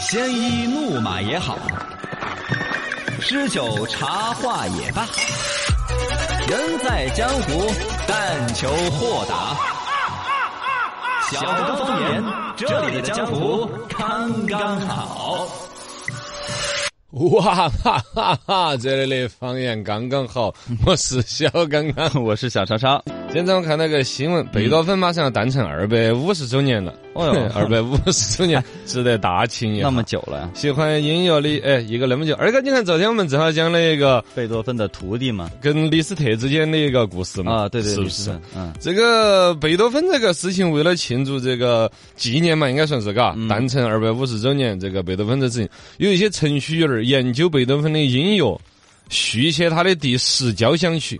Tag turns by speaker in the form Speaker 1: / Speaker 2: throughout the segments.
Speaker 1: 鲜衣怒马也好，诗酒茶话也罢，人在江湖，但求豁达。小刚方言，这里的江湖刚刚好。
Speaker 2: 哇哈哈哈！这里的方言刚刚好，我是小刚刚。
Speaker 3: 我是小超超。
Speaker 2: 今天我看那个新闻，贝多芬马上要诞辰二百五十周年了。
Speaker 3: 哦哟
Speaker 2: 二百五十周年值得大庆一下。
Speaker 3: 那么久了，
Speaker 2: 喜欢音乐的，哎，一个那么久。二哥，你看昨天我们正好讲了一个
Speaker 3: 贝多芬的徒弟嘛。
Speaker 2: 跟李斯特之间的一个故事嘛，
Speaker 3: 啊，对对，
Speaker 2: 是不
Speaker 3: 李斯
Speaker 2: 是
Speaker 3: 特？嗯，
Speaker 2: 这个贝多芬这个事情，为了庆祝这个纪念嘛，应该算是嘎，
Speaker 3: 嗯
Speaker 2: 诞辰二百五十周年，这个贝多芬的事情，有一些程序员儿研究贝多芬的音乐。续写他的第十交响曲，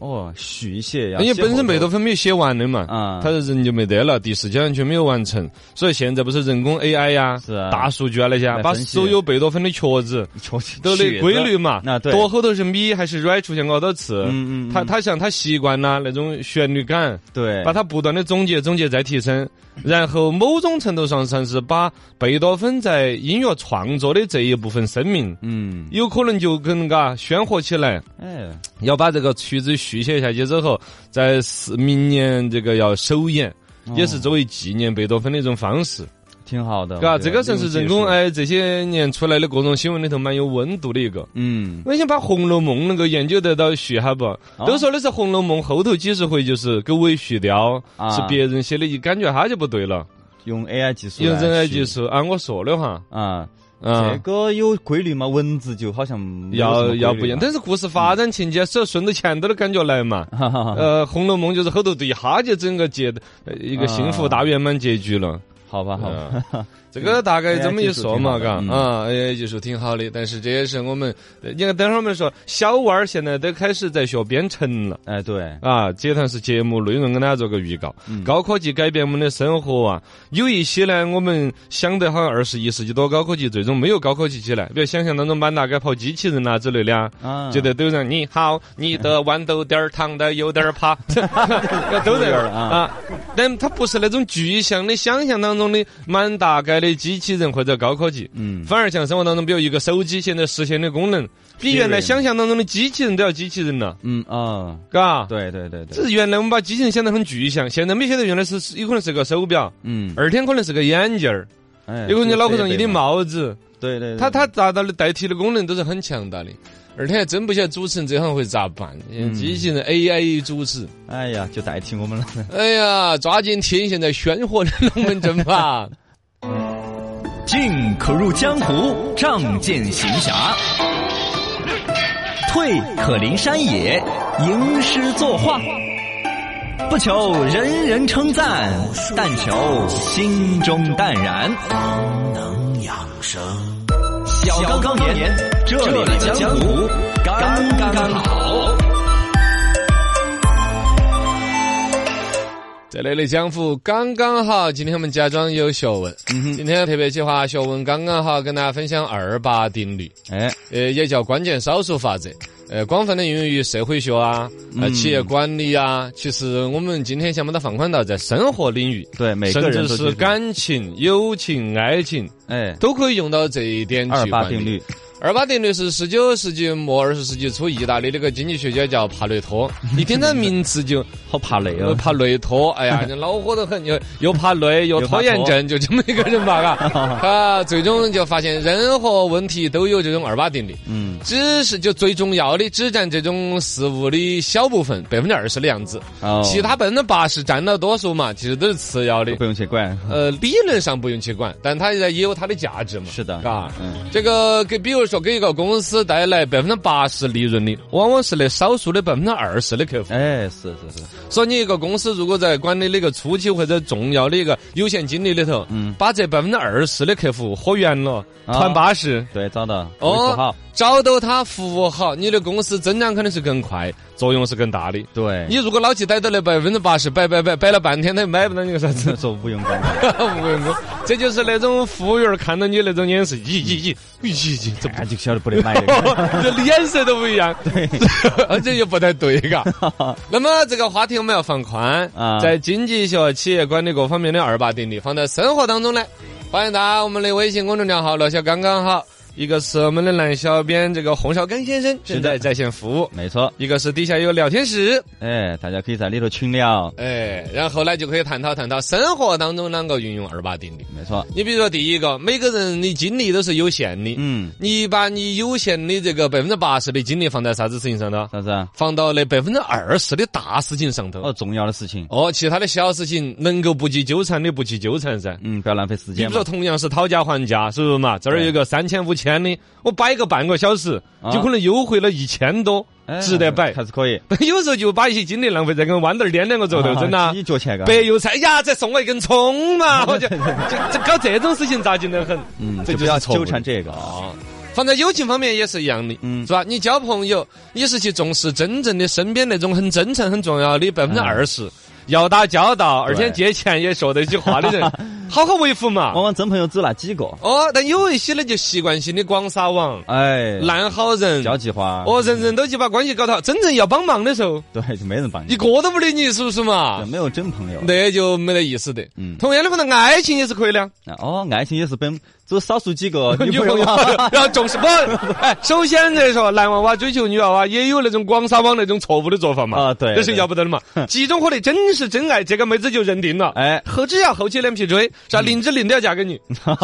Speaker 3: 哦，许谢呀。
Speaker 2: 因为本身贝多
Speaker 3: 芬
Speaker 2: 芬没有写完的嘛，
Speaker 3: 啊，
Speaker 2: 他的人就没得了，第十交响曲没有完成，所以现在不是人工 AI 呀、
Speaker 3: 是啊
Speaker 2: 大数据啊那些啊，
Speaker 3: 来
Speaker 2: 把
Speaker 3: 分析
Speaker 2: 所有贝多芬的曲子
Speaker 3: 求其
Speaker 2: 都的规律。嘛，
Speaker 3: 那对
Speaker 2: 多后头是咪还是 r 出现过多次，
Speaker 3: 嗯嗯嗯
Speaker 2: 他他像他习惯啦那种旋律感，
Speaker 3: 对，
Speaker 2: 把它不断的总结、总结再提升，然后某种程度上算是把贝多芬在音乐创作的这一部分生命，
Speaker 3: 嗯，
Speaker 2: 有可能就跟嘎鲜活起来。
Speaker 3: 哎，
Speaker 2: 要把这个曲子续写下去之后，在是明年这个要首演。也
Speaker 3: 哦
Speaker 2: 是作为纪念贝多芬的一种方式，
Speaker 3: 挺好的。
Speaker 2: 嘎，
Speaker 3: 我觉
Speaker 2: 这
Speaker 3: 得
Speaker 2: 个算是人工。
Speaker 3: 用技术
Speaker 2: 哎这些年出来的各种新闻里头蛮有温度的一个。
Speaker 3: 嗯，
Speaker 2: 我想把《红楼梦》能够研究得到续哈不？
Speaker 3: 哦
Speaker 2: 都说的是《红楼梦》后头几十回就是狗尾续貂，
Speaker 3: 啊
Speaker 2: 是别人写的，一感觉他就不对了。
Speaker 3: 用 AI 技术，
Speaker 2: 有人爱技。术，按我说的哈，
Speaker 3: 啊，这
Speaker 2: 嗯，
Speaker 3: 个有规律吗？文字就好像没有什么
Speaker 2: 要
Speaker 3: 规律啊
Speaker 2: 要不一样。
Speaker 3: 嘛
Speaker 2: 但是故事发展情节是要顺着前头的感觉来嘛。
Speaker 3: 哈哈哈，
Speaker 2: 呃，《红楼梦》就是后头对一哈就整个结呃一个幸福大圆满结局了。
Speaker 3: 好吧，好吧，
Speaker 2: 嗯这个大概这么一说
Speaker 3: AI
Speaker 2: 嘛，
Speaker 3: 技术挺
Speaker 2: 嘎
Speaker 3: 好的
Speaker 2: 啊，AI 技术挺好的，但是这也是我们，呃你看，等会儿我们说，小娃儿现在都开始在学编程了。
Speaker 3: 哎，对，
Speaker 2: 啊，这堂是节目内容，跟大家做个预告。高科技改变我们的生活啊，有一些呢，我们想得好像二十一世纪多高科技，最终没有高科技起来。比如想象当中满大街跑机器人呐、之类的啊，
Speaker 3: 啊，
Speaker 2: 觉得都让你好，你的豌豆点儿糖的有点儿趴，都在那儿
Speaker 3: 啊
Speaker 2: 啊。但它不是那种具象的想象当中的满大街的机器人或者高科技，
Speaker 3: 嗯，
Speaker 2: 反而像生活当中，比如一个手机现在实现的功能，比原来
Speaker 3: Siri
Speaker 2: 想象当中的机器人都要机器人了，
Speaker 3: 嗯啊，
Speaker 2: 嘎。
Speaker 3: 对对对对，
Speaker 2: 只是原来我们把机器人想得很具象，现在没晓得原来是有可能是个手表，
Speaker 3: 嗯，
Speaker 2: 二天可能是个眼镜儿，
Speaker 3: 哎
Speaker 2: 有可能你脑壳上一顶，帽子，
Speaker 3: 对对，对
Speaker 2: 它它达到的代替的功能都是很强大的。二天还真不晓得主持人这行会咋办，
Speaker 3: 嗯
Speaker 2: 机器人 AI 主持，
Speaker 3: 哎呀，就代替我们了。
Speaker 2: 哎呀，抓紧听现在鲜活的龙门阵 吧。
Speaker 1: 进可入江湖，仗剑行侠；退可临山野，吟诗作画。不求人人称赞，但求心中淡然。方能养生。小刚刚年，这里的江湖刚刚好。
Speaker 2: 这里的江湖刚刚好，今天我们家装有学问，
Speaker 3: 嗯
Speaker 2: 今天特别计划学问刚刚好，跟大家分享二八定律。
Speaker 3: 哎，
Speaker 2: 呃，也叫关键少数法则，呃，广泛的应用于社会学啊、
Speaker 3: 嗯
Speaker 2: 呃企业管理啊。其实我们今天想把它放宽到在生活领域，
Speaker 3: 对，每个
Speaker 2: 甚
Speaker 3: 人都
Speaker 2: 至是
Speaker 3: 接触，
Speaker 2: 感情、友情、爱情，
Speaker 3: 哎，
Speaker 2: 都可以用到这一点
Speaker 3: 二
Speaker 2: 去
Speaker 3: 八
Speaker 2: 管
Speaker 3: 定
Speaker 2: 理。
Speaker 3: 律，
Speaker 2: 二八定律是十九世纪末二十世纪初意大利那个经济学家叫帕累 托，一听他名字就
Speaker 3: 好怕累
Speaker 2: 呃
Speaker 3: 哦。
Speaker 2: 怕累拖，哎呀，人恼火得很，又又怕累，又拖延症，就这么一个人吧，嘎， 啊，最终就发现任何问题都有这种二八定律，
Speaker 3: 嗯，
Speaker 2: 只是就最重要的只占这种事物的小部分，百分之二十的样子，
Speaker 3: 哦，嗯
Speaker 2: 其他百分之八十占了多数嘛，其实都是次要的
Speaker 3: 不。用去管。
Speaker 2: 呃，理论上不用去管，但它也有它的价值嘛，
Speaker 3: 是的
Speaker 2: 嘎，
Speaker 3: 嗯
Speaker 2: 这个给，比如说给一个公司带来百分之八十利润的，往往是那少数的百分之二十的客户。
Speaker 3: 哎，是是是，
Speaker 2: 说你一个公司如果在管理那个初期或者重要的一个有限精力里头，把这百分之二十的客户伙圆了，
Speaker 3: 嗯啊
Speaker 2: 团巴适。
Speaker 3: 对，找到维护
Speaker 2: 哦
Speaker 3: 好，，
Speaker 2: 找到他，服务好，你的公司增长肯定是更快，作用是更大的。
Speaker 3: 对，
Speaker 2: 你，如果老去逮到那百分之八十，摆摆摆摆了半天，他也买不到你个啥子
Speaker 3: 说不用管。
Speaker 2: 无用功。这就是那种服务员儿看到你那种眼神，咦咦咦，咦咦，这不
Speaker 3: 哎，就晓得不得买这个。
Speaker 2: 这 脸色都不一样， 对，这又不太对，嘎。那么这个话题我们要放宽
Speaker 3: 啊
Speaker 2: 在经济学、企业管理各方面的二八定律放在生活当中呢，欢迎大家我们的微信公众账号“乐笑刚刚好”，一个是我们的男小编这个洪小刚先生正在在线服务，
Speaker 3: 没错，
Speaker 2: 一个是底下有聊天室，
Speaker 3: 哎，大家可以在里头群聊，
Speaker 2: 哎，然后呢就可以探讨探讨生活当中啷个运用二八定律。
Speaker 3: 没错，
Speaker 2: 你比如说第一个，每个人的精力都是有限的，
Speaker 3: 嗯，
Speaker 2: 你把你有限的这个百分之八十的精力放在啥子事情上头？
Speaker 3: 啥子啊？
Speaker 2: 放到那百分之二十的大事情上头
Speaker 3: 哦，。重要的事情，
Speaker 2: 哦，其他的小事情能够不去纠缠的不去纠缠噻。
Speaker 3: 嗯，不要浪费时
Speaker 2: 你比
Speaker 3: 间
Speaker 2: 如
Speaker 3: 嘛
Speaker 2: 说，。同样是讨价还价，是不是嘛？这儿有一个三千五千的，我摆个半个小时，
Speaker 3: 啊
Speaker 2: 就可能优惠了一千多，
Speaker 3: 哎
Speaker 2: 值得摆。
Speaker 3: 还是可以。
Speaker 2: 有时候就把一些精力浪费在跟豌豆儿颠两个
Speaker 3: 做
Speaker 2: 做斗争呐
Speaker 3: 自。己脚钱嘎。
Speaker 2: 啊白油菜呀，再送我一根葱 嘛！我就就就搞这种事情扎劲得很。
Speaker 3: 嗯，就
Speaker 2: 这
Speaker 3: 不
Speaker 2: 就是
Speaker 3: 要
Speaker 2: 错误
Speaker 3: 纠缠
Speaker 2: 的
Speaker 3: 这个啊。
Speaker 2: 啊，放在友情方面也是一样的，
Speaker 3: 嗯
Speaker 2: 是吧？你交朋友也是去重视真正的身边那种很真诚、很重要
Speaker 3: 嗯
Speaker 2: 的百分之二十，要打交道，而且借钱也说得起话的人， 好好维护嘛
Speaker 3: 往。往真朋友只那几个，
Speaker 2: 哦，但有一些呢，就习惯性的广撒网、
Speaker 3: 哎，
Speaker 2: 烂好人，
Speaker 3: 交际花，
Speaker 2: 哦，人人都去把关系搞好。真正要帮忙的时候，
Speaker 3: 对，就没人帮你
Speaker 2: 一，个都不理你，是不是嘛
Speaker 3: 对？没有真朋友。
Speaker 2: 那就没得意思的。
Speaker 3: 嗯
Speaker 2: 同样的，可能爱情也是可以的啊。
Speaker 3: 啊哦，爱情也是本只有少数几个 女朋友啊，
Speaker 2: 然后重视不？ 哎，首先来说，男娃娃追求女娃娃也有那种广撒网那种错误的做法嘛，
Speaker 3: 啊对
Speaker 2: 这是要不得的嘛。 其中可能真是真爱，这个妹子就认定了，
Speaker 3: 哎，嗯
Speaker 2: 何止要厚起脸皮追，啥林志玲都要嫁给你，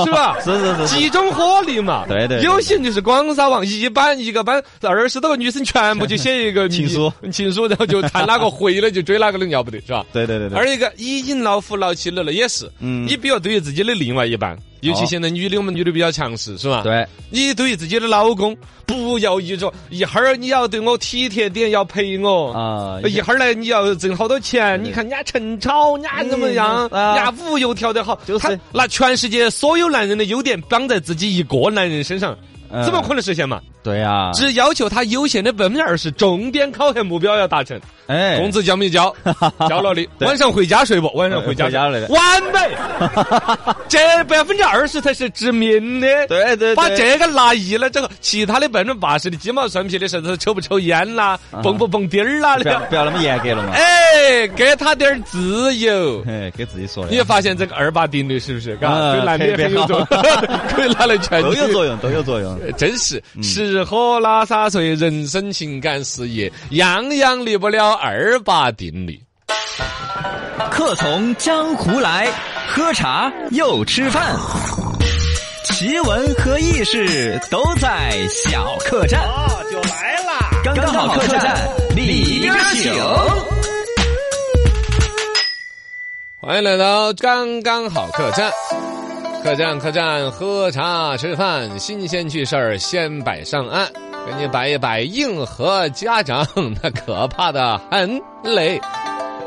Speaker 2: 是吧？
Speaker 3: 是是是是
Speaker 2: 集中火力嘛，
Speaker 3: 对对对
Speaker 2: 有些人就是广撒网，一班一个班二十多个女生全部去写一 个
Speaker 3: 情书，
Speaker 2: 情书，然后就看哪 个回了就追哪个的，要不得是吧？
Speaker 3: 对对对对，
Speaker 2: 而一个已经老夫老妻了了，也是，
Speaker 3: 嗯
Speaker 2: 你不要对于自己的另外一半，尤其
Speaker 3: 哦
Speaker 2: 现在女的，我们女的比较强势，是吧？，
Speaker 3: 对，
Speaker 2: 你对于自己的老公，不要一种一会儿你要对我体贴点，要陪我。呃
Speaker 3: 啊，
Speaker 2: 一会儿呢，你要挣好多钱，
Speaker 3: 对
Speaker 2: 你看人家陈超，人家怎么样，
Speaker 3: 嗯啊
Speaker 2: 人家舞又跳得好，
Speaker 3: 就是
Speaker 2: 他拿全世界所有男人的优点绑在自己一个男人身上，
Speaker 3: 嗯啊
Speaker 2: 怎么可能实现嘛？
Speaker 3: 对呀，
Speaker 2: 只要求他有限的百分之二十，重点考核目标要达成。
Speaker 3: 哎，
Speaker 2: 工资交 没交？交了的。
Speaker 3: 对嗯
Speaker 2: 晚上回家睡不？晚上回家
Speaker 3: 回家了的
Speaker 2: 完美。 这百分之二十才是致命的。
Speaker 3: 对对对，
Speaker 2: 把这个拿一了之后，其他的百分之八十的鸡毛蒜皮的事，是抽不抽烟啦，
Speaker 3: 啊
Speaker 2: 蹦不蹦迪儿啦
Speaker 3: 不要
Speaker 2: 的，
Speaker 3: 不要那么严格了嘛，
Speaker 2: 哎，给他点儿自由。
Speaker 3: 哎，给自己说的，
Speaker 2: 你也发现这个二八定律是不是？嘎，
Speaker 3: 嗯
Speaker 2: 对男的也很有作用， 对拿来全
Speaker 3: 都有
Speaker 2: 用。
Speaker 3: 作用，嗯都有作用，
Speaker 2: 真是吃喝拉撒睡，人生情感事业，样样离不了二八定律。
Speaker 1: 客从江湖来，喝茶又吃饭，奇闻和异事都在小客栈。
Speaker 4: 哦，就来啦！
Speaker 1: 刚刚好客栈里边请。
Speaker 2: 欢迎来到刚刚好客栈，客栈客栈，喝茶吃饭，新鲜趣事儿先摆上岸，给你摆一摆硬核家长那可怕的很累。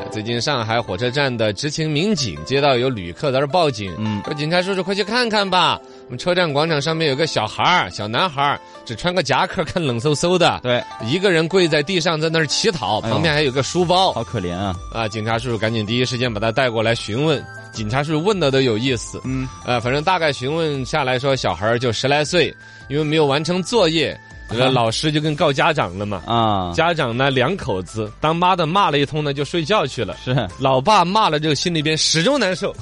Speaker 2: 呃最近上海火车站的执勤民警接到有旅客在这儿报警，
Speaker 3: 嗯
Speaker 2: 说警察叔叔快去看看吧，我们车站广场上面有个小孩儿，小男孩儿只穿个夹克，看冷飕飕的，
Speaker 3: 对，
Speaker 2: 一个人跪在地上在那儿乞讨，
Speaker 3: 哎呦
Speaker 2: 旁边还有个书包，
Speaker 3: 好可怜啊，
Speaker 2: 啊，警察叔叔赶紧第一时间把他带过来询问。警察叔叔问的都有意思，
Speaker 3: 嗯，
Speaker 2: 呃，反正大概询问下来说，小孩儿就十来岁，因为没有完成作业，那老师就跟告家长了嘛。
Speaker 3: 啊，
Speaker 2: 家长呢，两口子，当妈的骂了一通呢，就睡觉去了。
Speaker 3: 是，
Speaker 2: 老爸骂了之后，心里边始终难受。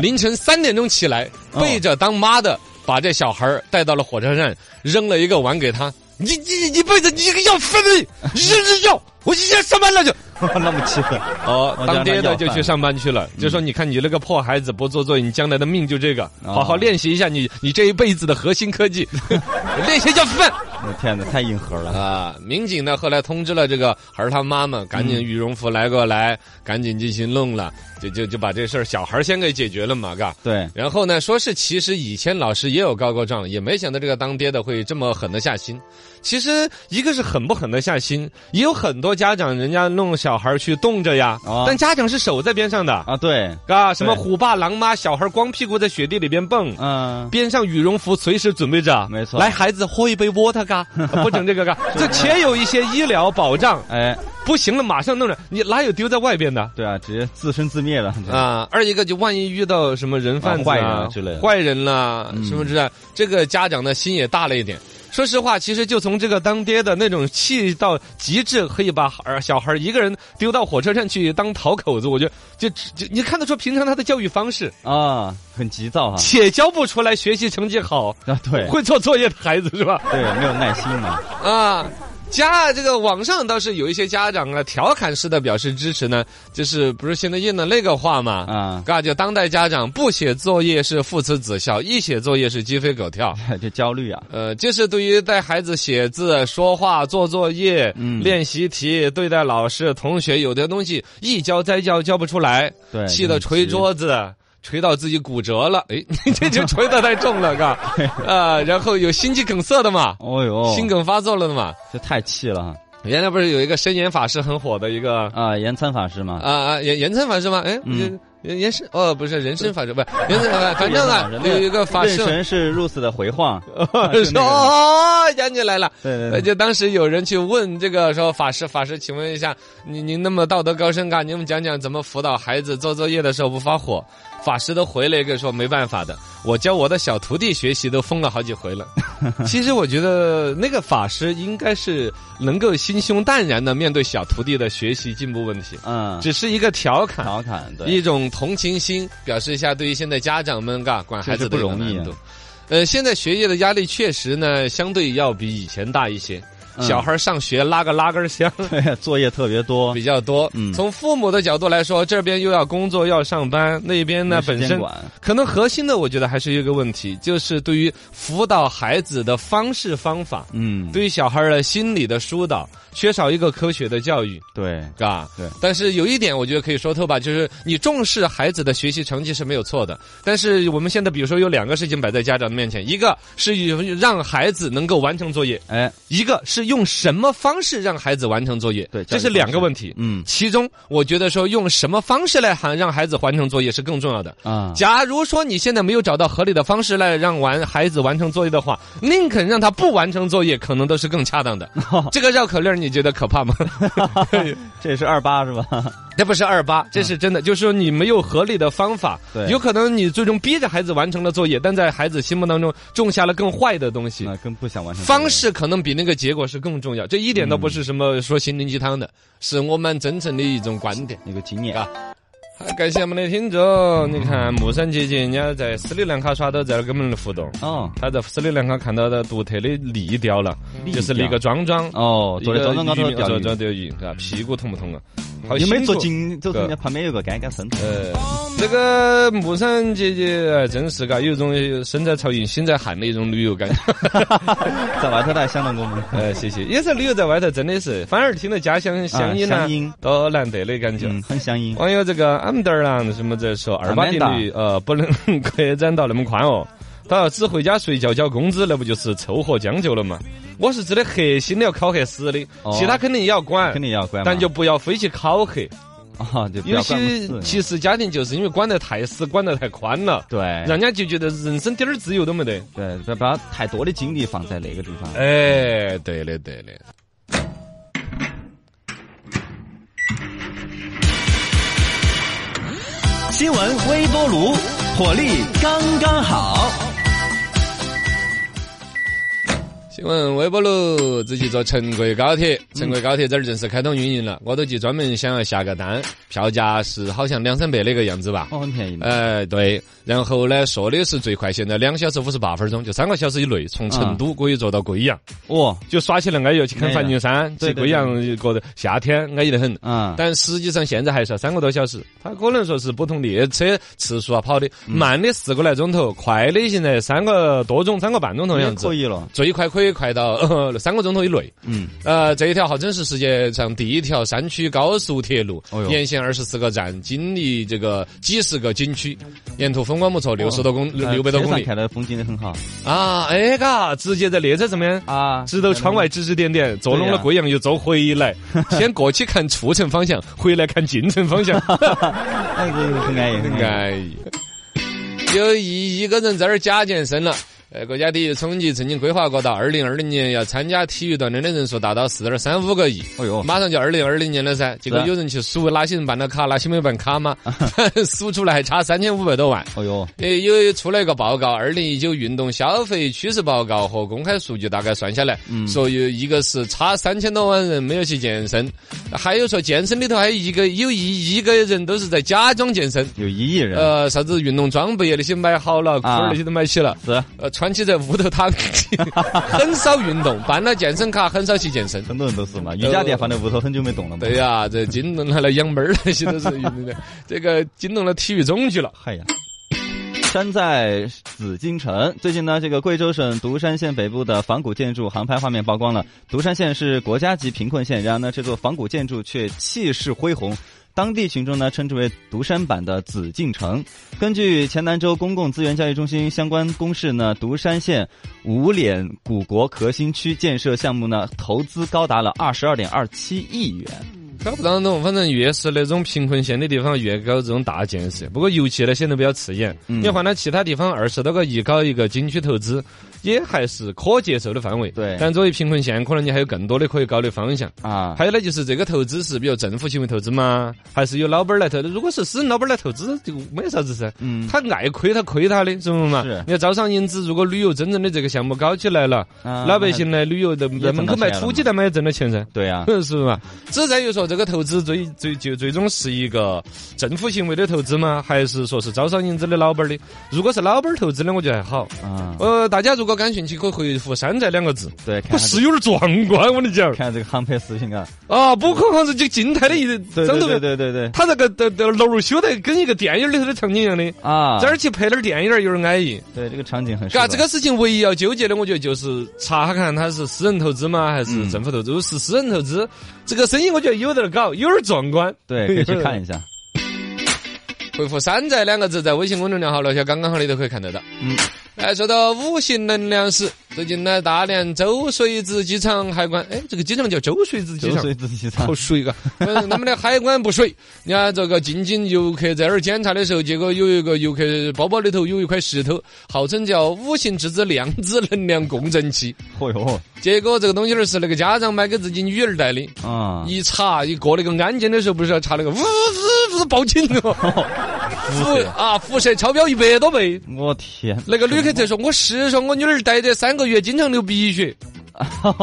Speaker 2: 凌晨三点钟起来，
Speaker 3: 哦
Speaker 2: 背着当妈的，把这小孩儿带到了火车站，扔了一个碗给他。你你你背着你这个要分的，你这是要我今天上班了就。
Speaker 3: 那么气愤，
Speaker 2: 哦，
Speaker 3: 我
Speaker 2: 当
Speaker 3: 家
Speaker 2: 爹
Speaker 3: 那
Speaker 2: 的
Speaker 3: 要
Speaker 2: 就
Speaker 3: 饭
Speaker 2: 去上班去了，就说你看你那个破孩子不做作业，你将来的命就这个，好好
Speaker 3: 哦
Speaker 2: 练习一下你你这一辈子的核心科技， 练习叫饭
Speaker 3: 我天哪，太硬核了，
Speaker 2: 啊！民警呢后来通知了这个孩儿他妈妈，赶紧羽绒服来过来，赶紧进行弄了，就就就把这事儿小孩儿先给解决了嘛，嘎。
Speaker 3: 对，
Speaker 2: 然后呢，说是其实以前老师也有告过状，也没想到这个当爹的会这么狠的下心。其实一个是狠不狠的下心，也有很多家长人家弄小孩去冻着呀，
Speaker 3: 哦
Speaker 2: 但家长是守在边上的，
Speaker 3: 啊对，
Speaker 2: 啊，什么
Speaker 3: 对
Speaker 2: 虎爸狼妈，小孩光屁股在雪地里边蹦。
Speaker 3: 嗯，
Speaker 2: 边上羽绒服随时准备着，
Speaker 3: 没错
Speaker 2: 来，孩子喝一杯 water 嘎，不整这个嘎，这且有一些医疗保障，
Speaker 3: 哎，
Speaker 2: 不行了马上弄着，你哪有丢在外边的？
Speaker 3: 对啊，直接自生自灭了，
Speaker 2: 啊，二一个就万一遇到什么人贩子、
Speaker 3: 啊坏人啊之类的
Speaker 2: 坏人啦、
Speaker 3: 嗯
Speaker 2: 什么之类的，这个家长的心也大了一点。说实话，其实就从这个当爹的那种气到极致，可以把儿小孩一个人丢到火车站去当讨口子，我觉得就就你看得出平常他的教育方式，
Speaker 3: 啊，很急躁哈。
Speaker 2: 且教不出来学习成绩好、
Speaker 3: 啊，对
Speaker 2: 会做作业的孩子是吧？
Speaker 3: 对，没有耐心嘛。
Speaker 2: 啊。家这个网上倒是有一些家长啊，调侃式的表示支持呢，就是不是现在印的那个话嘛，
Speaker 3: 啊
Speaker 2: 嘎，就当代家长不写作业是父慈子孝，一写作业是鸡飞狗跳。
Speaker 3: 就焦虑啊。
Speaker 2: 呃，这是对于带孩子写字、说话、做作业、
Speaker 3: 嗯
Speaker 2: 练习题、对待老师、同学，有的东西一教再教教不出来，
Speaker 3: 对
Speaker 2: 气得捶桌子。捶到自己骨折了，哎， 你这就捶得太重了，嘎，啊，然后有心肌梗塞的嘛，
Speaker 3: 哦呦，
Speaker 2: 心梗发作了的嘛，
Speaker 3: 这太气了哈。
Speaker 2: 原来不是有一个深研法师很火的一个
Speaker 3: 啊，延参法师嘛，
Speaker 2: 啊啊延延参法师吗？哎，
Speaker 3: 嗯哎
Speaker 2: 延延伸哦不是人参法师不是延参法师，反正啊有一个法
Speaker 3: 妊
Speaker 2: 师
Speaker 3: 娠是 Rose 的回晃，是
Speaker 2: 说
Speaker 3: 那个嗯
Speaker 2: 哦想起来了。
Speaker 3: 对对
Speaker 2: 呃
Speaker 3: 对，
Speaker 2: 就当时有人去问这个说法师，法师，请问一下，您您那么道德高深嘎，您们讲讲怎么辅导孩子做作业的时候不发火？法师都回了一个说没办法的，我教我的小徒弟学习都疯了好几回 了。其实我觉得那个法师应该是能够心胸淡然的面对小徒弟的学习进步问题，
Speaker 3: 嗯，
Speaker 2: 只是一个调侃。
Speaker 3: 调侃对，
Speaker 2: 一种同情心，表示一下对于现在家长们嘎管孩子的
Speaker 3: 确实不容易啊
Speaker 2: 一个难度。呃，现在学业的压力确实呢，相对要比以前大一些。
Speaker 3: 嗯
Speaker 2: 小孩儿上学拉个拉杆箱
Speaker 3: 作业特别多，
Speaker 2: 比较多。
Speaker 3: 嗯
Speaker 2: 从父母的角度来说，这边又要工作要上班，那边呢
Speaker 3: 没时
Speaker 2: 本
Speaker 3: 间
Speaker 2: 身
Speaker 3: 管
Speaker 2: 可能核心的，我觉得还是一个问题，就是对于辅导孩子的方式方法，
Speaker 3: 嗯，
Speaker 2: 对于小孩儿的心理的疏导，缺少一个科学的教育。
Speaker 3: 对，
Speaker 2: 嘎，
Speaker 3: 对
Speaker 2: 但是有一点，我觉得可以说透吧，就是你重视孩子的学习成绩是没有错的。但是我们现在，比如说有两个事情摆在家长的面前，一个是让孩子能够完成作业，
Speaker 3: 哎，
Speaker 2: 一个是用什么方式让孩子完成作业。
Speaker 3: 对
Speaker 2: 这是两个问题。
Speaker 3: 嗯
Speaker 2: 其中，我觉得说用什么方式来喊让孩子完成作业是更重要的。
Speaker 3: 啊，
Speaker 2: 假如说你现在没有找到合理的方式来让完孩子完成作业的话，宁肯让他不完成作业，可能都是更恰当的。这个绕口令儿你觉得可怕吗？
Speaker 3: 这也是二八是吧？
Speaker 2: 那不是二八，这是真的，就是说你没有合理的方法，
Speaker 3: 嗯对
Speaker 2: 有可能你最终逼着孩子完成了作业，但在孩子心目当中种下了更坏的东 西。
Speaker 3: 那更不想完成作业
Speaker 2: 方式可能比那个结果是更重要，这一点都不是什么说心灵鸡汤的，是我们真诚的一种观点。
Speaker 3: 那个经验
Speaker 2: 啊
Speaker 3: 嗯
Speaker 2: 好感谢我们的听众，你看木山姐姐人家在斯里兰卡耍都在那儿跟我们互动，
Speaker 3: 哦
Speaker 2: 她在斯里兰卡看到的独特的立雕了，
Speaker 3: 立
Speaker 2: 就是立个桩桩，
Speaker 3: 哦，
Speaker 2: 一
Speaker 3: 昨天
Speaker 2: 个
Speaker 3: 早上刚
Speaker 2: 鱼
Speaker 3: 到
Speaker 2: 苗
Speaker 3: 钓
Speaker 2: 做
Speaker 3: 鱼，
Speaker 2: 做钓鱼，啊，屁股痛不痛啊？好
Speaker 3: 又没
Speaker 2: 辛
Speaker 3: 坐
Speaker 2: 苦
Speaker 3: 紧，就是人家旁边有个杆杆身，
Speaker 2: 呃，这个木山姐姐哎真是嘎，有一种身在曹营心在汉的一种旅游感觉。
Speaker 3: 在外头他还想到我 们，
Speaker 2: 呃，谢谢，有时候旅游在外头真的是，反而听到家乡乡音
Speaker 3: 啊
Speaker 2: 呢
Speaker 3: 乡音，
Speaker 2: 多难得的感觉。
Speaker 3: 嗯，很响应，
Speaker 2: 网友这个阿姆德尔郎什么在说二八定律呃不能 扩展到那么宽哦，他要只回家睡觉交工资，那不就是凑合将就了嘛？我是指的核心的要考核死的，
Speaker 3: 哦
Speaker 2: 其他肯定也要管
Speaker 3: 肯，定要管嘛，
Speaker 2: 但就不要非去考核。
Speaker 3: 啊，就不
Speaker 2: 有
Speaker 3: 要管
Speaker 2: 些
Speaker 3: 不死
Speaker 2: 其实家庭就是因为管得太死，管得太宽了。
Speaker 3: 对，
Speaker 2: 让人家就觉得人生点儿自由都没得。
Speaker 3: 对，不要把太多的精力放在那个地方。
Speaker 2: 哎，对的，对的。
Speaker 1: 新闻微波炉，火力刚刚好。
Speaker 2: 新闻微波炉只去坐成贵高铁，
Speaker 3: 嗯
Speaker 2: 成贵高铁这儿正式开通运营了。我都去专门想要下个单，票价是好像两三百那个样子吧。
Speaker 3: 哦，很便宜的，
Speaker 2: 哎，对，然后呢，说的是最快，现在两小时五十八分钟，就三个小时以内，从成
Speaker 3: 啊
Speaker 2: 都可以坐到贵阳，
Speaker 3: 哦，
Speaker 2: 就耍起来安逸，去看梵净山，
Speaker 3: 对
Speaker 2: 去
Speaker 3: 对
Speaker 2: 贵阳觉得夏天安逸得很。
Speaker 3: 嗯，
Speaker 2: 但实际上现在还是要三个多小时，它可能说是不同列车次数啊跑的，
Speaker 3: 嗯
Speaker 2: 慢的四个来钟头，快的现在三个多钟、三个半钟头的
Speaker 3: 也
Speaker 2: 样子
Speaker 3: 可。以了，
Speaker 2: 最快可以快到、 呃、三个钟头以内。
Speaker 3: 嗯，
Speaker 2: 呃，这一条号称是世界上第一条山区高速铁路，
Speaker 3: 哦哟
Speaker 2: 沿线二十四个站，经历这个几十个景区，沿途风光不错，六十多公
Speaker 3: 嗯
Speaker 2: 六六百多
Speaker 3: 车哦
Speaker 2: 公
Speaker 3: 上
Speaker 2: 里
Speaker 3: 看到风景也很好
Speaker 2: 啊！哎嘎，直接在列车上面
Speaker 3: 啊
Speaker 2: 直到窗外指指点点，坐拢了贵阳又走回来， 先过去看出城方向，回来看进城方 向，
Speaker 3: 哎那个很安逸，很安逸。
Speaker 2: 哎。有一一个人在那儿假健身了，呃，国家体育总局曾经规划过，到二零二零年要参加体育锻炼的人数达到四点三五个亿。
Speaker 3: 哎呦，
Speaker 2: 马上就二零二零年了噻，结果有人去数哪些人办了卡，哪些没办卡 嘛，数出来还差三千五百多万。
Speaker 3: 哎呦，
Speaker 2: 呃，有出了一个报告，《二零一九运动消费趋势报告》和公开数据大概算下来，
Speaker 3: 嗯
Speaker 2: 说有一个是差三千多万人没有去健身，还有说健身里头还有一个有一一个人都是在假装健身，
Speaker 3: 有一亿人。
Speaker 2: 呃，啥子运动装备啊那些买好了，裤儿那些都买起了。
Speaker 3: 是。
Speaker 2: 呃，穿起在屋头躺起， 很少运动，办了健身卡很少去健身。
Speaker 3: 很多人都是嘛，瑜伽垫放在屋头很久没动了嘛。
Speaker 2: 对呀、这惊动了养猫儿那些都是运动的，这个惊动了体育总局了。
Speaker 3: 嗨呀！山寨紫禁城。最近呢，这个贵州省独山县北部的仿古建筑航拍画面曝光了。独山县是国家级贫困县，然而呢，这座仿古建筑却气势恢宏。当地群众呢称之为“独山版的紫禁城”。根据黔南州公共资源教育中心相关公示呢，独山县五脸古国核心区建设项目呢，投资高达了二十二点二七亿元。
Speaker 2: 搞不当懂，反正越是那种贫困县的地方，越搞这种大建设。不过油气呢，显得比较刺眼。
Speaker 3: 嗯
Speaker 2: 你换到其他地方，二十多个亿搞一个景区投资，也还是可接受的范围。
Speaker 3: 对
Speaker 2: 但作为贫困县，可能你还有更多的可以搞的方向。
Speaker 3: 啊，
Speaker 2: 还有呢，就是这个投资是比如政府行为投资吗？还是有老板儿来投？如果是私人老板儿来投资，就没啥子噻。
Speaker 3: 嗯，
Speaker 2: 他爱亏他亏他的，是不是嘛？
Speaker 3: 是
Speaker 2: 你要招商引资，如果旅游真正的这个项目搞起来了，
Speaker 3: 啊
Speaker 2: 老百姓来旅游的，在
Speaker 3: 挣
Speaker 2: 门口
Speaker 3: 到
Speaker 2: 卖
Speaker 3: 钱
Speaker 2: 土
Speaker 3: 了
Speaker 2: 鸡蛋嘛，也挣了钱噻。
Speaker 3: 对呀、
Speaker 2: 是不是嘛？只在于说这个投资最最就最终是一个政府行为的投资吗？还是说是招商引资的老板儿的？如果是老板儿投资的，我觉得还好。
Speaker 3: 啊，啊，
Speaker 2: 呃，大家如果感兴趣，可以回复“山寨”两个字。
Speaker 3: 对，看看
Speaker 2: 不是有点壮观，我跟你讲
Speaker 3: 这看这个航拍视频啊，
Speaker 2: 啊！不可能是这静态的一
Speaker 3: 对
Speaker 2: 张
Speaker 3: 对
Speaker 2: 图
Speaker 3: 对
Speaker 2: 片，
Speaker 3: 对对对
Speaker 2: 他那个的的楼儿修得跟一个电影里头的场景一样的。
Speaker 3: 啊，
Speaker 2: 这儿去拍点儿电影儿有点安逸。
Speaker 3: 对这个场景很适合
Speaker 2: 嘎，这个事情唯一要纠结的，我觉得就是查看他是私人投资吗，还是
Speaker 3: 嗯
Speaker 2: 政府投资？如果是私人投资，这个生意我觉得有点儿搞，有点儿壮观。
Speaker 3: 对可以去看一下。
Speaker 2: 回复“山寨”两个字，在微信公众号“楼下刚刚好”里头可以看得到。
Speaker 3: 嗯，
Speaker 2: 来说到五行能量石，最近呢，大连周水子机场海关，哎，这个机场叫周水子机
Speaker 3: 酒
Speaker 2: 场。
Speaker 3: 嗯水自己唱
Speaker 2: 好，水嘎！反正他们的海关不水，人家这个进京游客在那儿检查的时候，结果有一个游客包包里头有一块石头，号称叫“五行之子量子能量共振器
Speaker 3: 嚯哟”，
Speaker 2: 结果这个东西儿是那个家长买给自己女儿戴的，
Speaker 3: 啊，
Speaker 2: 一查一过那个安检的时候，不是要查那个呜呜呜报警 哦，辐啊辐射超标一百多倍。
Speaker 3: 我天，
Speaker 2: 那个旅客就说：“我是说我女儿待这三个月，经常流鼻血，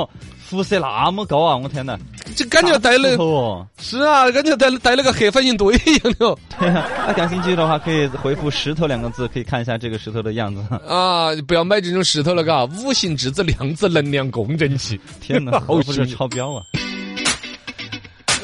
Speaker 3: 辐射那么高啊！我天哪，
Speaker 2: 就感觉待 了
Speaker 3: 哦。
Speaker 2: 是啊，感觉待待那个核反应堆一样的哦
Speaker 3: 对呀、那感兴趣的话可以回复“石头”两个字，可以看一下这个石头的样子。
Speaker 2: 啊！不要买这种石头了，嘎，五行质子量子能量共振器。
Speaker 3: 天哪，
Speaker 2: 好
Speaker 3: 我不是
Speaker 2: 神奇
Speaker 3: 超标啊！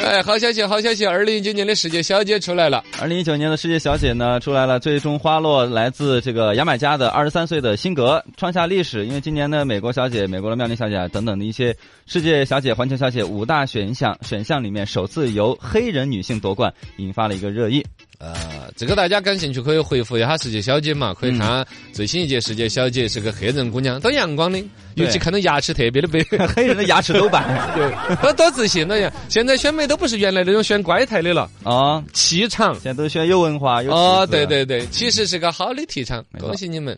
Speaker 2: 哎，好消息，好消息！二零一九年的世界小姐出来了，
Speaker 3: 二零一九年的世界小姐呢出来了，最终花落来自这个牙买加的二十三岁的辛格，创下历史。因为今年呢，美国小姐、美国的妙龄小姐啊等等的一些世界小姐、环球小姐五大选项选项里面，首次由黑人女性夺冠，引发了一个热议。
Speaker 2: 呃，这个大家感兴趣可以回复一下世界小姐
Speaker 3: 嗯
Speaker 2: 嘛，可以看最新一届世界小姐是个黑人姑娘，都阳光的，尤其
Speaker 3: 对
Speaker 2: 看到牙齿特别的白。
Speaker 3: 黑人的牙齿都 白
Speaker 2: 对，多多自信了呀！现在选美都不是原来那种选乖态的了，
Speaker 3: 啊，
Speaker 2: 气场。
Speaker 3: 现在都选有文化有气
Speaker 2: 哦，
Speaker 3: 质啊
Speaker 2: 对对对，其实是个好的提倡，
Speaker 3: 没错
Speaker 2: 恭喜你们！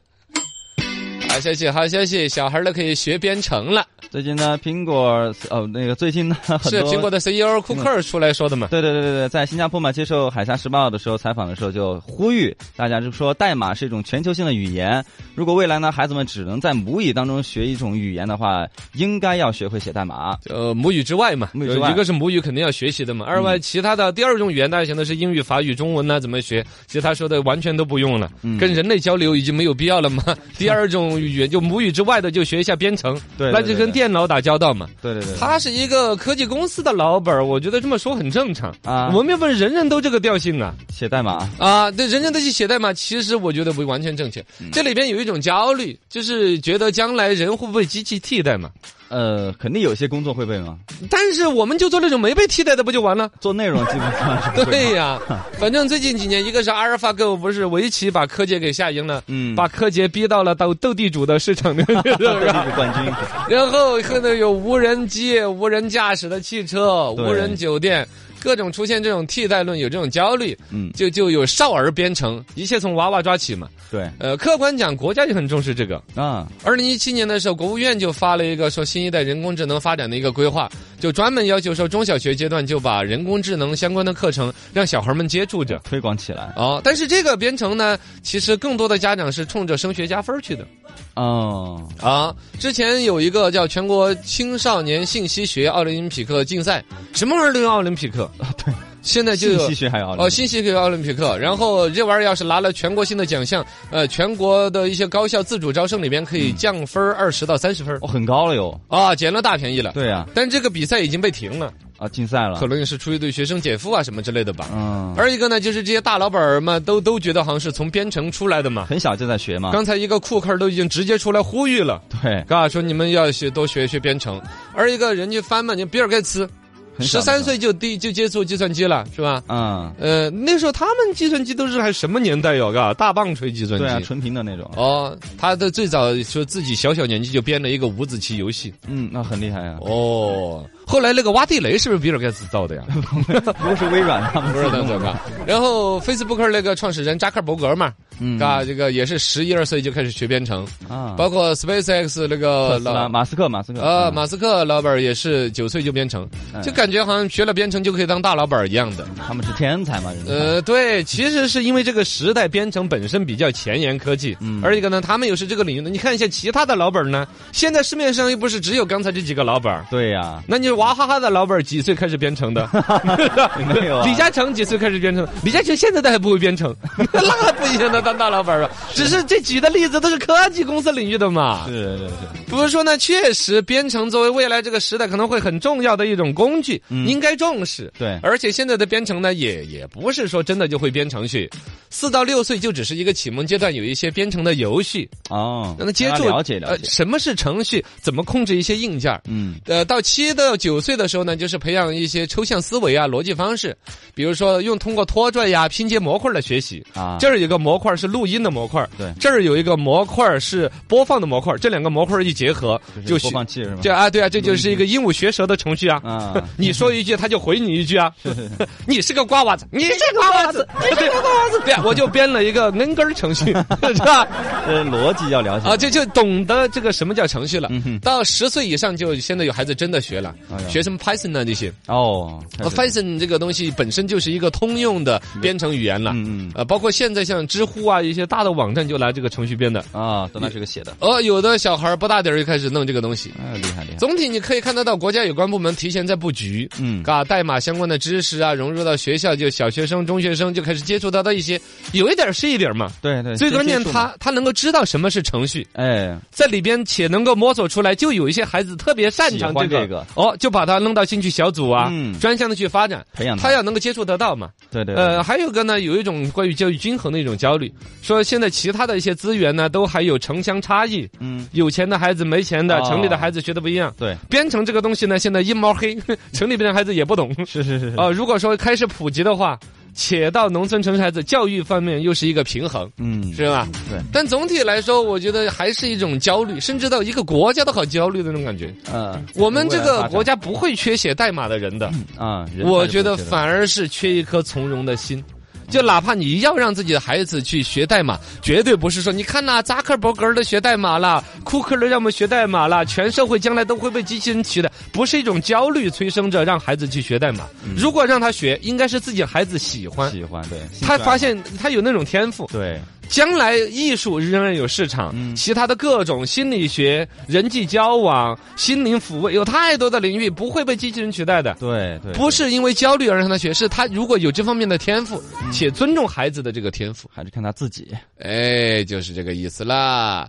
Speaker 2: 好消息，好消息，小孩儿都可以学编程了，
Speaker 3: 最近呢，苹果哦，那个最近呢，很
Speaker 2: 是
Speaker 3: 多
Speaker 2: 苹果的 CEO 库克尔出来说的嘛？
Speaker 3: 对对对对对，在新加坡嘛，接受《海峡时报》的时候采访的时候，就呼吁大家就说，代码是一种全球性的语言。如果未来呢，孩子们只能在母语当中学一种语言的话，应该要学会写代码。
Speaker 2: 呃，母语之外嘛，
Speaker 3: 母语之外嗯
Speaker 2: 有一个是母语肯定要学习的嘛，二外其他的第二种语言大家想的是英语、法语、中文呐、怎么学？其实他说的完全都不用了，
Speaker 3: 嗯
Speaker 2: 跟人类交流已经没有必要了 嘛。第二种语言就母语之外的就学一下编程，
Speaker 3: 对对
Speaker 2: 那
Speaker 3: 对
Speaker 2: 就跟
Speaker 3: 对
Speaker 2: 电脑打交道嘛。
Speaker 3: 对对对
Speaker 2: 他是一个科技公司的老板儿，我觉得这么说很正常
Speaker 3: 啊
Speaker 2: 我们又不是人人都这个调性啊
Speaker 3: 写代码，
Speaker 2: 啊！对，人人都去写代码，其实我觉得不完全正确。
Speaker 3: 嗯
Speaker 2: 这里边有一种焦虑，就是觉得将来人会不会机器替代嘛？
Speaker 3: 呃，肯定有些工作会被嘛，
Speaker 2: 但是我们就做那种没被替代的，不就完了？
Speaker 3: 做内容基本上是会
Speaker 2: 对呀、反正最近几年，一个是阿尔法狗，不是围棋把柯洁给吓赢了。
Speaker 3: 嗯，
Speaker 2: 把柯洁逼到了斗斗地主的市场 里，
Speaker 3: 这是个冠军。
Speaker 2: 然后可能有无人机、无人驾驶的汽车、
Speaker 3: 对
Speaker 2: 无人酒店，各种出现这种替代论，有这种焦虑，
Speaker 3: 嗯，
Speaker 2: 就就有少儿编程，一切从娃娃抓起嘛。
Speaker 3: 对
Speaker 2: 呃，客观讲，国家就很重视这个。
Speaker 3: 啊，
Speaker 2: 二零一七年的时候，国务院就发了一个说新一代人工智能发展的一个规划，就专门要求说中小学阶段就把人工智能相关的课程让小孩们接触着。
Speaker 3: 推广起来
Speaker 2: 哦，但是这个编程呢，其实更多的家长是冲着升学加分儿去的
Speaker 3: 哦，
Speaker 2: 啊。之前有一个叫全国青少年信息学奥林匹克竞赛，什么玩意儿都有奥林匹克，
Speaker 3: 啊对，
Speaker 2: 现在就
Speaker 3: 信
Speaker 2: 有
Speaker 3: 息学还要
Speaker 2: 哦，信息给奥林匹克，然后这玩意儿要是拿了全国性的奖项，呃，全国的一些高校自主招生里面可以降分二十到三十分儿，
Speaker 3: 嗯哦很高了又。
Speaker 2: 啊，捡了大便宜了。
Speaker 3: 对呀，
Speaker 2: 但这个比赛已经被停了，
Speaker 3: 啊，竞赛了
Speaker 2: 可。能也是出于对学生减负啊什么之类的吧。
Speaker 3: 嗯，
Speaker 2: 而一个呢，就是这些大老板儿嘛，都都觉得好像是从编程出来的嘛。
Speaker 3: 很小就在学嘛。
Speaker 2: 刚才一个库克儿都已经直接出来呼吁了，
Speaker 3: 对，
Speaker 2: 嘎，说你们要学多学学编程。而一个人家翻嘛，你比尔盖茨，
Speaker 3: 很小
Speaker 2: 十
Speaker 3: 的时候
Speaker 2: 三。岁就第就接触计算机了，是吧？
Speaker 3: 嗯，
Speaker 2: 呃，那时候他们计算机都是还什么年代哟？嘎，大棒槌计算机。
Speaker 3: 对啊，纯平的那种。
Speaker 2: 哦，他的最早说自己小小年纪就编了一个五子棋游戏。
Speaker 3: 嗯，那很厉害 啊。
Speaker 2: 哦，后来那个挖地雷是不是比尔盖茨造的 呀？
Speaker 3: 都是微软他们
Speaker 2: 不知道怎么搞。然后 Facebook 那个创始人扎克伯格嘛，
Speaker 3: 嗯
Speaker 2: 嘎，这个也是十一二岁就开始学编程，
Speaker 3: 啊，
Speaker 2: 包括 SpaceX 那个
Speaker 3: 特斯拉
Speaker 2: 老。
Speaker 3: 马斯克，马斯克
Speaker 2: 呃，
Speaker 3: 嗯
Speaker 2: 马斯克老板也是九岁就编程，
Speaker 3: 嗯
Speaker 2: 就感觉好像学了编程就可以当大老板一样的。
Speaker 3: 他们是天才嘛？人家，
Speaker 2: 呃，对，其实是因为这个时代编程本身比较前沿科技，
Speaker 3: 嗯
Speaker 2: 而一个呢，他们又是这个领域的。你看一下其他的老板呢，现在市面上又不是只有刚才这几个老板儿。
Speaker 3: 对 呀，
Speaker 2: 那你娃哈哈的老板儿几岁开始编程的？
Speaker 3: 没有啊
Speaker 2: 李嘉诚几岁开始编程？李嘉诚现在都还不会编程， 那不行，那当大老板儿啊！只是这举的例子都是科技公司领域的嘛。
Speaker 3: 是是是，
Speaker 2: 不是说呢，确实编程作为未来这个时代可能会很重要的一种工具，
Speaker 3: 嗯
Speaker 2: 应该重视。
Speaker 3: 对
Speaker 2: 而且现在的编程呢，也也不是说真的就会编程序，四到六岁就只是一个启蒙阶段，有一些编程的游戏，
Speaker 3: 哦，
Speaker 2: 让他接
Speaker 3: 大家
Speaker 2: 触
Speaker 3: 了解了
Speaker 2: 呃
Speaker 3: 解，
Speaker 2: 什么是程序，怎么控制一些硬件儿。
Speaker 3: 嗯，
Speaker 2: 呃，到七到九岁的时候呢，就是培养一些抽象思维啊、逻辑方式，比如说用通过拖拽呀、拼接模块的学习。
Speaker 3: 啊，
Speaker 2: 这儿有一个模块是录音的模块，
Speaker 3: 对
Speaker 2: 这儿有一个模块是播放的模块，这两个模块一结合，
Speaker 3: 就
Speaker 2: 就是
Speaker 3: 播
Speaker 2: 学
Speaker 3: 放器是吗？
Speaker 2: 这啊，对啊，这就是一个鹦鹉学舌的程序啊。
Speaker 3: 啊，
Speaker 2: 你说一句，他就回你一 句啊。你是个瓜娃子，你是个瓜娃子，你是个瓜娃子。 对，我就编了一个恩根儿程 序，是吧？
Speaker 3: 这逻辑要了解
Speaker 2: 啊，这就懂得这个什么叫程序了
Speaker 3: 嗯哼。
Speaker 2: 到十岁以上，就现在有孩子真的学了
Speaker 3: 哎呀，
Speaker 2: 学什么 Python 啊这些。
Speaker 3: 哦，开
Speaker 2: 呃
Speaker 3: 始
Speaker 2: Python 这个东西本身就是一个通用的编程语言了
Speaker 3: 嗯嗯，
Speaker 2: 呃，包括现在像知乎啊一些大的网站就拿这个程序编的。
Speaker 3: 啊，都那是个写的，
Speaker 2: 呃，有的小孩儿不大点儿就开始弄嗯这个东西。
Speaker 3: 哎，厉害厉害，
Speaker 2: 总体你可以看得到，国家有关部门提前在布局，
Speaker 3: 嗯，
Speaker 2: 嘎，代码相关的知识啊，融入到学校，就小学生、中学生就开始接触到的一些，有一点儿是一点儿嘛。
Speaker 3: 对对，
Speaker 2: 最关键
Speaker 3: 先接触嘛
Speaker 2: 他他能够知道什么是程序，
Speaker 3: 哎，
Speaker 2: 在里边且能够摸索出来，就有一些孩子特别擅长
Speaker 3: 喜欢
Speaker 2: 这个，
Speaker 3: 这个
Speaker 2: 哦，就把他弄到兴趣小组啊，
Speaker 3: 嗯
Speaker 2: 专项的去发展。
Speaker 3: 培养
Speaker 2: 他要能够接触得到嘛？
Speaker 3: 对对，对
Speaker 2: 呃，还有个呢，有一种关于教育均衡的一种焦虑，说现在其他的一些资源呢，都还有城乡差异，
Speaker 3: 嗯，
Speaker 2: 有钱的孩子、没钱的，
Speaker 3: 哦
Speaker 2: 城里的孩子学的不一样。
Speaker 3: 对，
Speaker 2: 编程这个东西呢，现在一猫黑， 城里边的孩子也不懂。
Speaker 3: 是是是，
Speaker 2: 啊、如果说开始普及的话，且到农村城市孩子教育方面又是一个平衡，
Speaker 3: 嗯，
Speaker 2: 是吧？
Speaker 3: 对。
Speaker 2: 但总体来说，我觉得还是一种焦虑，甚至到一个国家都好焦虑的那种感觉。
Speaker 3: 嗯，
Speaker 2: 我们这
Speaker 3: 未来
Speaker 2: 个
Speaker 3: 发展
Speaker 2: 国家不会缺写代码的人的，
Speaker 3: 啊，人
Speaker 2: 我
Speaker 3: 才就
Speaker 2: 觉得
Speaker 3: 不
Speaker 2: 反而是缺一颗从容的心。就哪怕你要让自己的孩子去学代码，绝对不是说你看啦，扎克伯格儿都学代码啦，库克儿都让我们学代码啦，全社会将来都会被机器人取代，不是一种焦虑催生着让孩子去学代码。如果让他学，应该是自己孩子喜
Speaker 3: 嗯
Speaker 2: 欢。
Speaker 3: 喜欢，对，兴
Speaker 2: 他
Speaker 3: 趣
Speaker 2: 发
Speaker 3: 爱
Speaker 2: 现他有那种天赋
Speaker 3: 好，对，
Speaker 2: 将来艺术仍然有市场，
Speaker 3: 嗯
Speaker 2: 其他的各种心理学、人际交往、心灵抚慰，有太多的领域不会被机器人取代的。
Speaker 3: 对对，
Speaker 2: 不
Speaker 3: 是，
Speaker 2: 是因为焦虑而让他学，是他如果有这方面的天赋，且尊重孩子的这个天赋，
Speaker 3: 还是看他自己。
Speaker 2: 哎，就是这个意思啦。